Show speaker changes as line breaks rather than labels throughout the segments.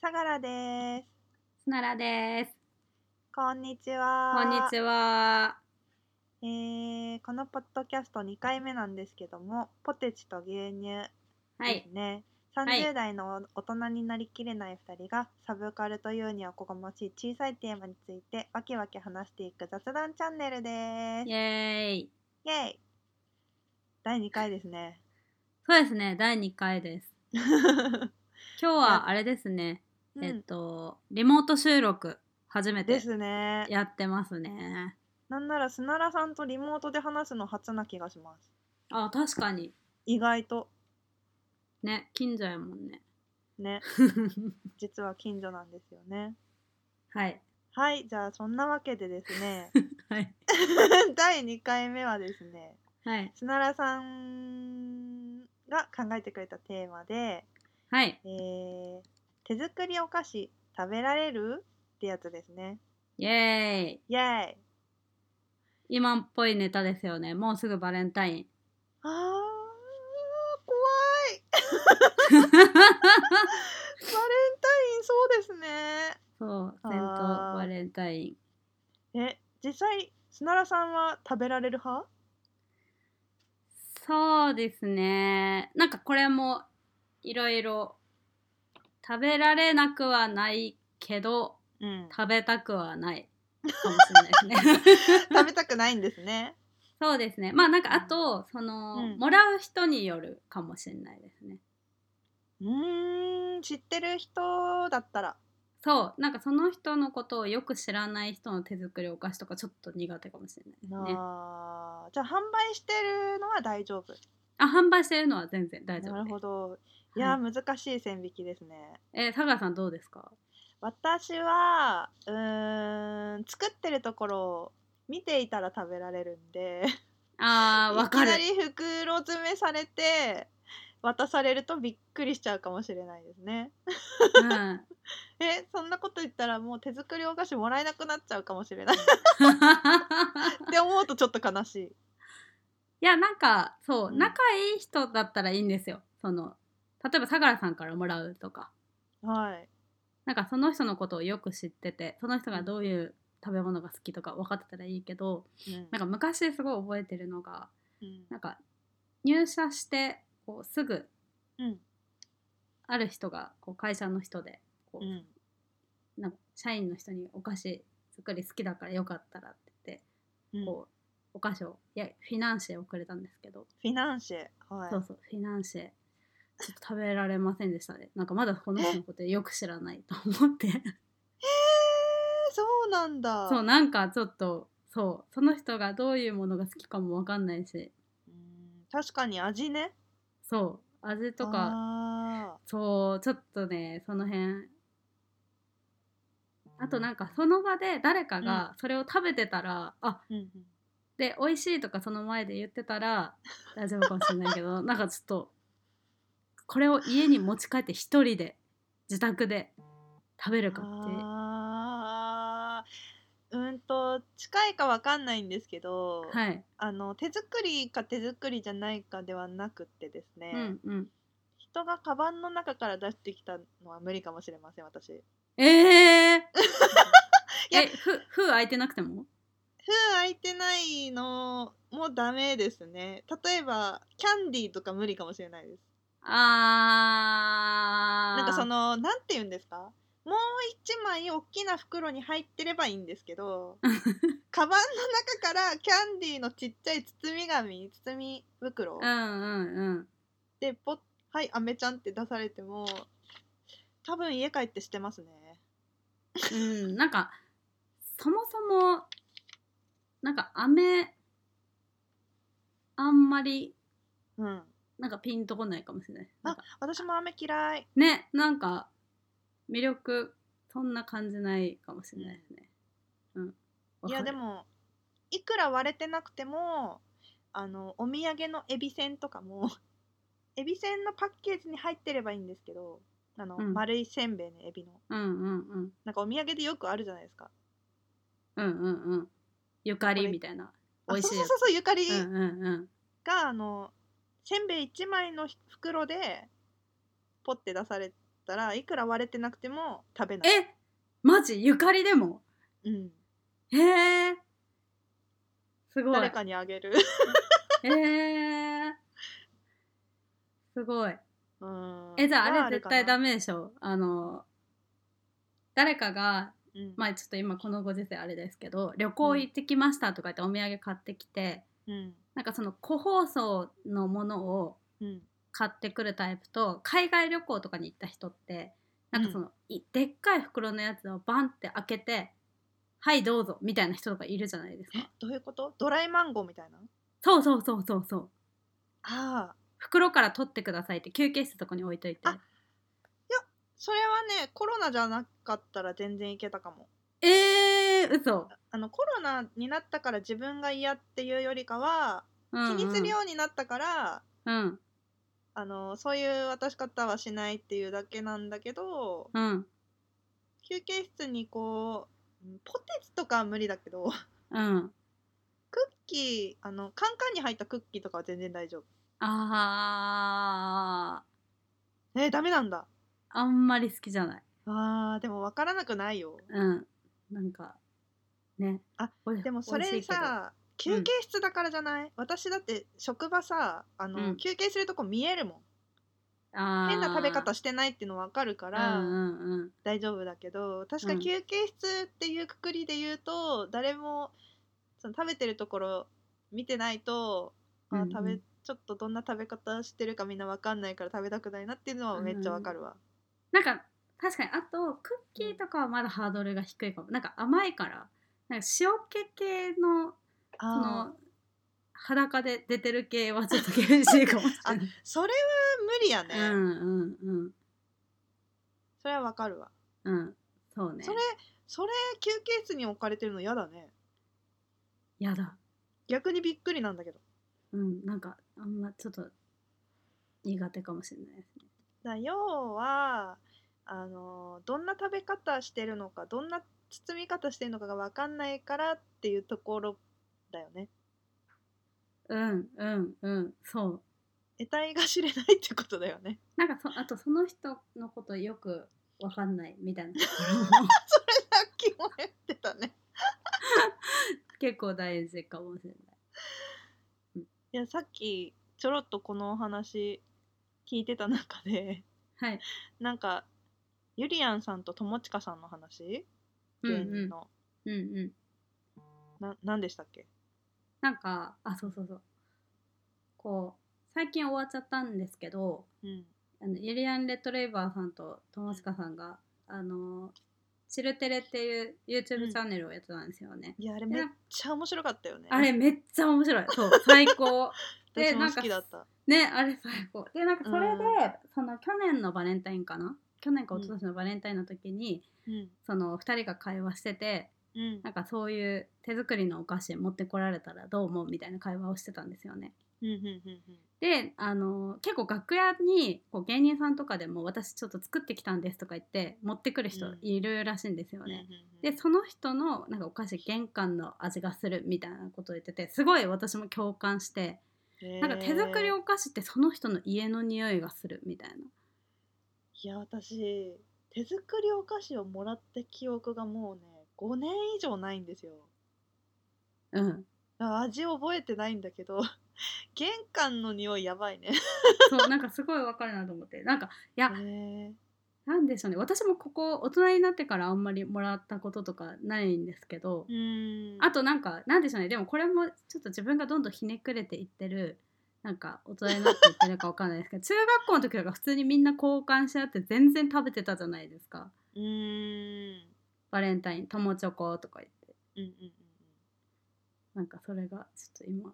相良です。
すならです。
こんにちは。
こんにちは。
えーこのポッドキャスト2回目なんですけども、ポテチと牛乳
は
で
い
す。ね。
い
30代の大人になりきれない2人がサブカルというにはここもしい小さいテーマについてわけわけ話していく雑談チャンネルです。
イ
イ
エーイ。
ェイ第2回です ね。
そうですね。第2回です。今日はあれですね。
う
えっ
ん、
と、リモート収録、初め
で
て
すね。
やってますね。
なんならすならさんとリモートで話すの初な気がします。
あ、確かに。
意外と
ね、近所やもんね。
ね。実は近所なんですよね。
はい。
はい、じゃあそんなわけでです ね、
はい。
第2回目はですね、
はい。
すならさんが考えてくれたテーマで、
はい。
えー手作りお菓子食べられるってやつですね。
イエーイ。
イエーイ
今っぽいネタですよね。もうすぐバレンタイン。
あー、怖い バレンタインそうですね。
そう、
あー
戦闘バレンタイン。
え、実際、すならさんは食べられる派
そうですね。なんかこれもいろいろ食べられなくはないけど
うん
食べたくはないかもしれない ですね。
食べたくないんですね。
そうですね。まあなんかあとその、
うん
もらう人によるかもしれないですね。
うーん、知ってる人だったら。
そうなんかその人のことをよく知らない人の手作りお菓子とかちょっと苦手かもしれないですね。
あーじゃあ販売してるのは大丈夫。
あ販売してるのは全然大丈夫です。
なるほど。い
い
やー、難しい線引きですね。
えー、佐賀さんどうですか
私はうーん作ってるところを見ていたら食べられるんで、
あーわかる
い。きなり袋詰めされて渡されるとびっくりしちゃうかもしれないですね。
うん
えそんなこと言ったらもう手作りお菓子もらえなくなっちゃうかもし れないって思うとちょっと悲しい。
いやなんかそう、
うん
仲いい人だったらいいんですよその例えば相良さんからもらうとか
はい。
なんかその人のことをよく知っててその人がどういう食べ物が好きとか分かってたらいいけど
うん
なんか昔すごい覚えてるのが
うん
なんか入社してこうすぐ
うん
ある人がこう会社の人でこう、
うん
なんか社員の人にお菓子作り好きだからよかったらって言って、
うん
こうお菓子をいやフィナンシェをくれたんですけど
フィナンシェ。はい。
そうそう、フィナンシェ。ちょっと食べられませんでしたね。なんかまだこの人のことよく知らないと思って。
えーそうなんだ。
そう、なんかちょっと、そう、その人がどういうものが好きかもわかんないし、
うん確かに味ね。
そう、味とか、
あ
そう、ちょっとね、その辺。
ー
あとなんかその場で誰かがそれを食べてたら、あ
うんうん
で美味しいとかその前で言ってたら大丈夫かもしれない けどなんかちょっとこれを家に持ち帰って一人で自宅で食べるかって
あーうんと近いかわかんないんですけど、
はい、
あの手作りか手作りじゃないかではなくってですね、
うんうん
人がカバンの中から出してきたのは無理かもしれません私。
ええ
いや
え、ふ、ふ開いてなくても。
封開いてないのもダメですね例えばキャンディーとか無理かもしれないです。
あー。
なんかそ。のなんて言うんですかもう一枚大きな袋に入ってればいいんですけ どカバンの中からキャンディーのちっちゃい包み紙包み袋
うんうんうん。
でポッ「はいアメちゃん」って出されても多分家帰ってしてますね。
うん、なんか。そもそも。なんか飴。あんまり。
うん、
なんかピンとこないかもしれない。なん
あ
か
私も飴嫌い、
ね、なんか。魅力。そんな感じないかもしれないですね。うん。
い
わ
や
かる
で。もいくら割れてなくてもあのお土産のエビせんとかもエビせんのパッケージに入ってればいいんですけどあの、
うん
丸いせんべいのエビの
うんうんうん。
なんかお土産でよくあるじゃないですか。
うんうんうん。ゆか
こ
り
れ
みたいな。
あ
美味し
そ
いや
う
つ
そうそうそうゆかりが、
うんうんうん。
あのせんべい1枚の袋でポッて出されったらいくら割れてなくても食べない。
えマジゆかりでも
うん、
へえすごい
誰かにあげる。
へえすごい
うん
えじゃああれ絶対ダ
メ。
メでしょあの誰かが
うん
まあちょっと今このご時世あれですけど旅行行ってきましたとか言ってお土産買ってきて、
うん
なんかその個包装のものを
うん
買ってくるタイプと海外旅行とかに行った人ってなんかその、いでっかい袋のやつをバンって開けて「はいどうぞ」みたいな人とかいるじゃないですか。
どういうことドライマンゴーみたいな
そうそうそうそうそう
ああ
袋から取ってくださいって休憩室とかに置いといて
あそれはねコロナじゃなかったら全然いけたかも
えー、嘘
あのコロナになったから自分が嫌っていうよりかは
気
気にするようになったから、
うんうん
あのそういう渡し方はしないっていうだけなんだけど
うん
休憩室にこううんポテチとかは無理だけど
うん
クッキーあのカンカンに入ったクッキーとかは全然大丈夫
あー
えー、ダメなんだ
あんまり好きじゃない
あーでも分からなくないよ
うんなんかね
あ
おい
でもそ
美味
れ
しいけど
さ
ど
休憩室だからじゃない、私だって職場さあの、
うん
休憩するとこ見えるもん
あー
変な食べ方してないっていうの分かるか
う
ら、
んうんうん
大丈夫だけど確か
うん
休憩室っていうくくりで言うと、誰もその食べてるところ見てないと、
うんう
あ
ん
食べちょっとどんな食べ方してるかみんな分かんないから食べたくないなっていうのはめっちゃ分かるわ。
なんか確かにあとクッキーとかはまだハードルが低いかもなんか甘いからなんか塩気系のそ
あ
の裸で出てる系はちょっと厳しいかもしれない
ーそれは無理やね、
うんうんうん
それは分かるわ。
うんそうね
それそれ休憩室に置かれてるの嫌だね
やだ
逆にびっくりなんだけど。
うんなんかあんまちょっと苦手かもしれないですね
だ要はあのどんな食べ方してるのかどんな包み方してるのかが分かんないからっていうところだよね
うんうんうんそう
得体が知れないってことだよね
なんかそあとその人のことよくわかんないみたいなところも
それさっきも言ってたね
結構大事かもしれない。
いやさっきちょろっとこのお話聞いてた中で
はい。
なんかゆりやんさんと友近さんの話
うんう
芸人
ん
の、
うんうん。
な何でしたっけ
なんかあそうそうそう。こう最近終わっちゃったんですけど、
うん
あのユリアンレッドレイバーさんと友近さんがあのチルテレっていう YouTube チャンネルをやってたんですよね。
いやあれめっちゃ面白かったよね
あれめっちゃ面白い。そう最 高。で
私も好きだった
ねあれ最高でなんかそれで、
う
その去年のバレンタインかな去年か一昨年のバレンタインの時に、
うん
その2人が会話してて
うん
なんかそういう手作りのお菓子持ってこられたらどう思うみたいな会話をしてたんですよね。
うんうんうんうん
であの結構楽屋にこう芸人さんとかでも「私ちょっと作ってきたんです」とか言って持ってくる人いるらしいんですよね。
うんうんうん
でその人のなんかお菓子玄関の味がするみたいなことを言っててすごい私も共感してなんか手作り
を
お菓子ってその人の家の匂いがするみたいない
や私手作りお菓子をもらった記憶がもうね5年以上ないんですよ
うん、
だから味覚えてないんだけど 玄関の匂いやばいね
そうなんかすごいわかるなと思ってなんかいや
へ
なんでしょうね私もここ大人になってからあんまりもらったこととかないんですけど
ー、うん
あとなんかなんでしょうねでもこれもちょっと自分がどんどんひねくれていってるなんか大人になっていってるかわかんないですけど中学校の時とか普通にみんな交換し合って全然食べてたじゃないですか
うーん
バレンタイン友チョコとか言って
うんうんうん
なんかそれがちょっと今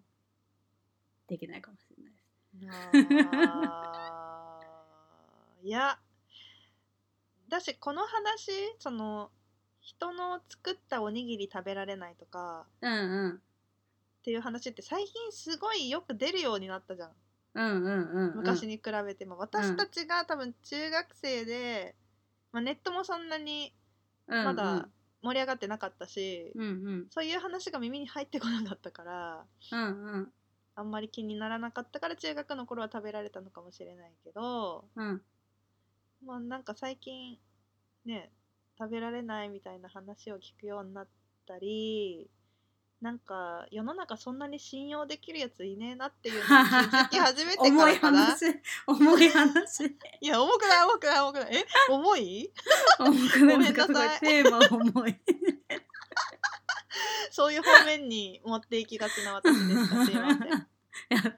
できないかもしれないです
うんあーいやだしこの話その人の作ったおにぎり食べられないとか
うんうん
っていう話って最近すごいよく出るようになったじゃん
うんうんうんうん
昔に比べても、私たちが多分中学生で、まあ、ネットもそんなにまだ盛り上がってなかったし、
うんうん
そういう話が耳に入ってこなかったから
うんうん
あんまり気にならなかったから中学の頃は食べられたのかもしれないけど、
うん
ままあなんか最近ね食べられないみたいな話を聞くようになったりなんか世の中そんなに信用できるやついねえなっていうのを気づき始めてか
重い
らかな
話重 い話
いや重くない重くない重くないえ重い
重くな
ごめ
る
んな
すごい
さい
テーマ重い
そういう方面に持っていきがちな私でしたすいません、うん
いやい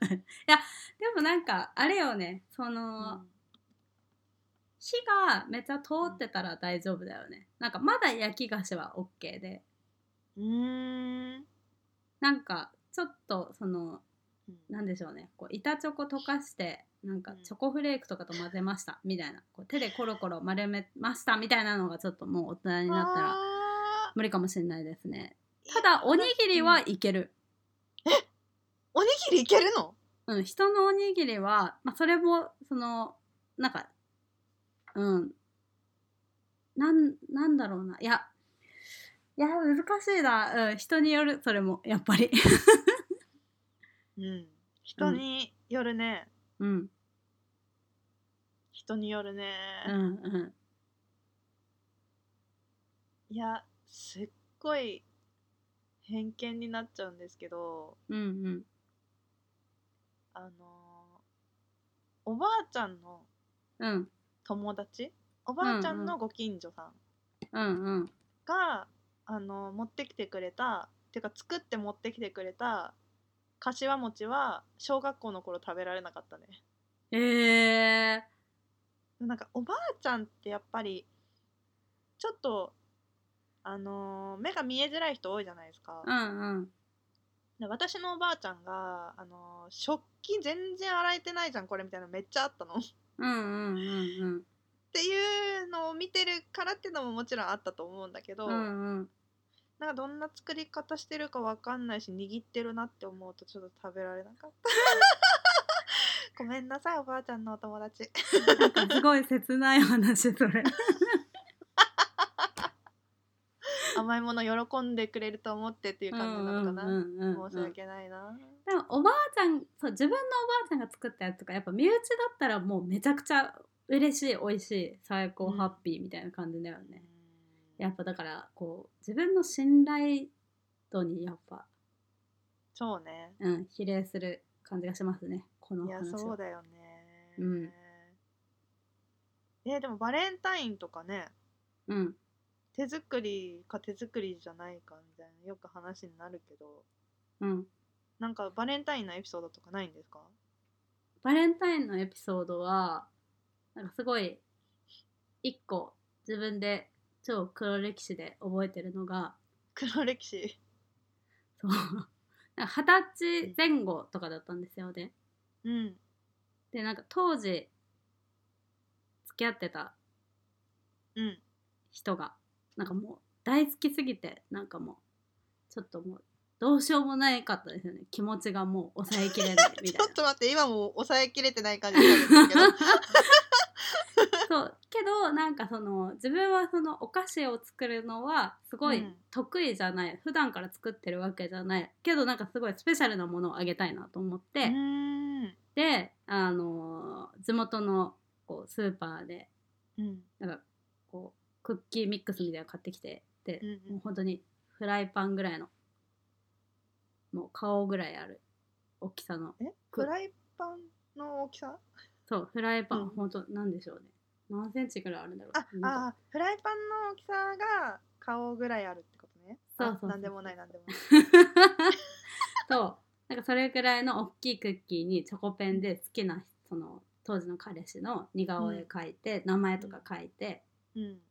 やでもなんかあれよねその、火がめっちゃ通ってたら大丈夫だよねなんかまだ焼き菓子は OK で
うーん
なんかちょっとその
うん
なんでしょうねこう板チョコ溶かしてなんか
うん
チョコフレークとかと混ぜましたみたいなこう手でコロコロ丸めましたみたいなのがちょっともう大人になったら
あー
無理かもしれないですねただおにぎりはいける、
おにぎりいけるの
うん、人のおにぎりは、まあ、それもそのなんかうんなんなんだろうないやいや難しいな、うん、人によるそれもやっぱり
うん人によるね、
うん
人によるね、
うんうん
いやすっごい偏見になっちゃうんですけど
うんうん
あのーおばあちゃんの
うん
友達おばあちゃん
うんう
のご近所さん
うんうん
が、あのー持ってきてくれたてか作って持ってきてくれた柏餅は小学校の頃食べられなかったね
えー、
なんかおばあちゃんってやっぱりちょっとあのー目が見えづらい人多いじゃないですか、
うんうん
で私のおばあちゃんが、あのー食器全然洗えてないじゃんこれみたいなのめっちゃあったのっ
うんうんうん
ていうのを見てるからっていうのももちろんあったと思うんだけど、
うんうんうん
なんかどんな作り方してるかわかんないし握ってるなって思うとちょっと食べられなかった ごめんなさいおばあちゃんのお友達
なんかすごい切ない話それ
甘いもの喜んでくれると思ってっていう感じなのかな、
うんうんうんうん
申し訳ないな、
でもおばあちゃんそう自分のおばあちゃんが作ったやつとかやっぱ身内だったらもうめちゃくちゃ嬉しい美味しい最高
うん
ハッピーみたいな感じだよね、
うん
やっぱだからこう自分の信頼度にやっぱ、
そうね
うん、比例する感じがしますねこの
いや
話
そう
は
だよね
うん
えでもバレンタインとかね
うん
手作りか手作りじゃないかみたいなよく話になるけど
うん
なんかバレンタインのエピソードとかないんですか
バレンタインのエピソードはなんかすごい一個自分で超黒歴史で覚えてるのが
黒歴史
そうなんか二十歳前後とかだったんですよね
うん
でなんか当時付き合ってた
うん
人がなんかもう大好きすぎてなんかもうちょっともうどうしようもないかったですよね気持ちがもう抑えきれない み
ち
た
ょ
い
っと待って今もう抑えきれてない感じになるん ですけど
なそうけどなんかその自分はそのお菓子を作るのはすご
う
い
ん
得意じゃない、普段から作ってるわけじゃないけどなんかすごいスペシャルなものをあげたいなと思っ
う
て、
ーん
であのー地元のこうスーパーで
うん
なんかこうクッキーミックスみたいなの買ってきてで
うんう
もうん本当にフライパンぐらいのもう顔ぐらいある大きさの
えフライパンの大きさ
そうフライパン、
うん
本当なんでしょうね何センチぐらいあるんだろう
あ
なんか
あフライパンの大きさが顔ぐらいあるってことね
そうそう
あ
そう
なんでもないなんでもない
そうなんかそれぐらいの大きいクッキーにチョコペンで好きなその当時の彼氏の似顔絵描いて、名前とか書いて
うん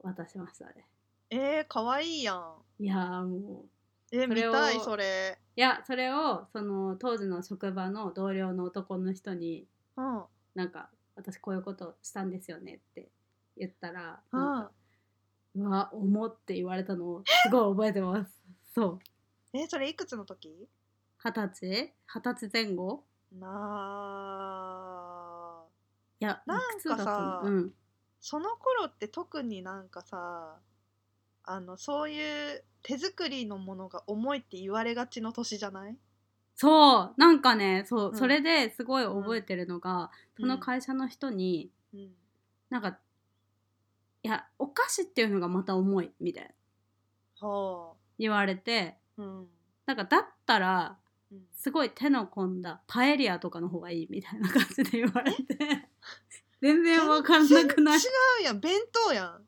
渡しましたね
えー、かわいいやん。
いやーもう
えー、
そ
見
れを
たい、それ。
いやそれをその当時の職場の同僚の男の人に
うん。
なんか私こういうことしたんですよねって言ったら
うん
なんかうわ思って言われたのをすごい覚えてます そう
えー、それいくつの時
二十歳二十歳前後
なあ。
いや
なん
いくつだったの
かさ
うん
その頃って特になんかさ、あの、そういう手作りのものが重いって言われがちの年じゃない
そうなんかねそう、
うん
それですごい覚えてるのが、その会社の人に
うん。
なんかいやお菓子っていうのがまた重いみたいな
は
言われて
あうん
なんかだったら
うん
すごい手の込んだパエリアとかの方がいいみたいな感じで言われて 全然わかんなくない
全然違うやん弁当やん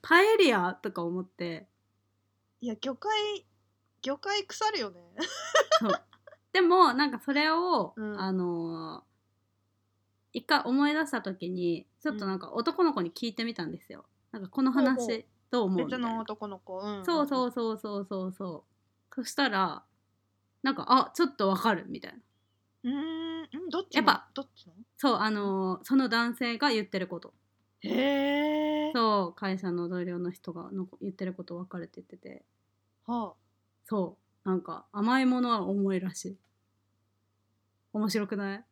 パエリアとか思って
いや魚介魚介腐るよね
でもなんかそれを、
うん
あのー一回思い出した時にちょっとなんか男の子に聞いてみたんですよ。なんかこの
ほうほう
話どう思うみた
別
いな
の男の子うん
そうそううそうそうそうそうそしたらなんかあちょっとわかるみたいな
うんうんどっち
やっぱ
どっちの
そうあのーその男性が言ってること
へえ
そう会社の同僚の人がの言ってることわかるって言ってて
は
そうなんか甘いものは重いらしい面白くない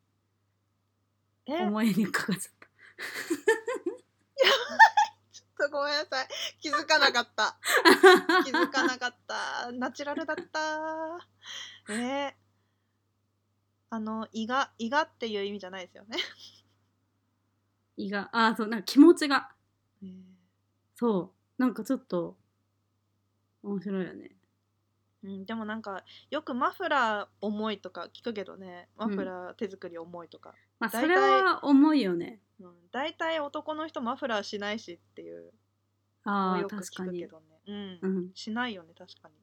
あえ
思いにかかっちゃった
ちょっとごめんなさい気づかなかった気づかなかった ナチュラルだったねえあの胃が胃がっていう意味じゃないですよね
胃があそうなんか気持ちがそうなんかちょっと面白いよね
うん、でもなんかよくマフラー重いとか聞くけどねマフラー手作り重いとか、
まあそ
大体
れは重いよね
うん大体男の人マフラーしないしっていうのを
ああ
よく
確か
聞く
に
けどねうん、
うん
しないよね確かに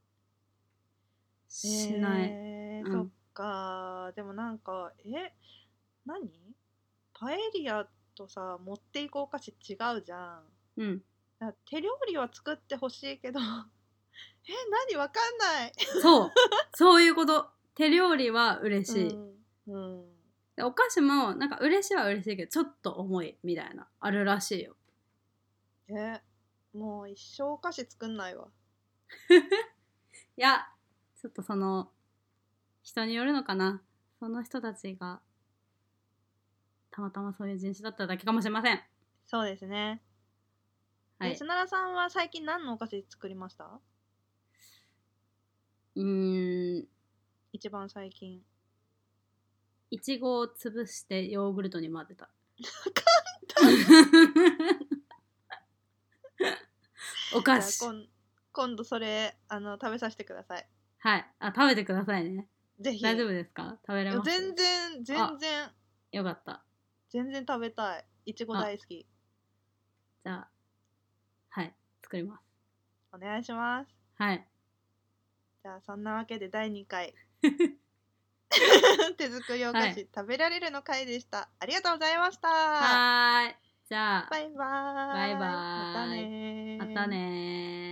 しない、
えー
うん
そっかでもなんかえ何パエリアとさ持っていくお菓子違うじゃん
うん
だから手料理は作ってほしいけど え何わかんない
そうそういうこと手料理は嬉しい、
うん、うん
でお菓子もなんか嬉しいは嬉しいけどちょっと重いみたいなあるらしいよ
えもう一生お菓子作んないわ
いやちょっとその人によるのかなその人たちがたまたまそういう人種だっただけかもしれません
そうですね
はい
吉永さんは最近何のお菓子作りました
うーん
一番最近
いちごを潰してヨーグルトに混ぜたお菓
じ
子
ゃあこん今度それあの食べさせてください
はいあ食べてくださいね
ぜひ
大丈夫ですか食べ
い
れ
や
ます
全然全然
よかった
全然食べたいいちご大好き
じゃあはい作ります
お願いします
はい
じゃあそんなわけで第2回 手作りお菓子、
はい
食べられるの回でしたありがとうございました
はーいじゃあ
バイバーイ
バイバーイ
またねー
またねー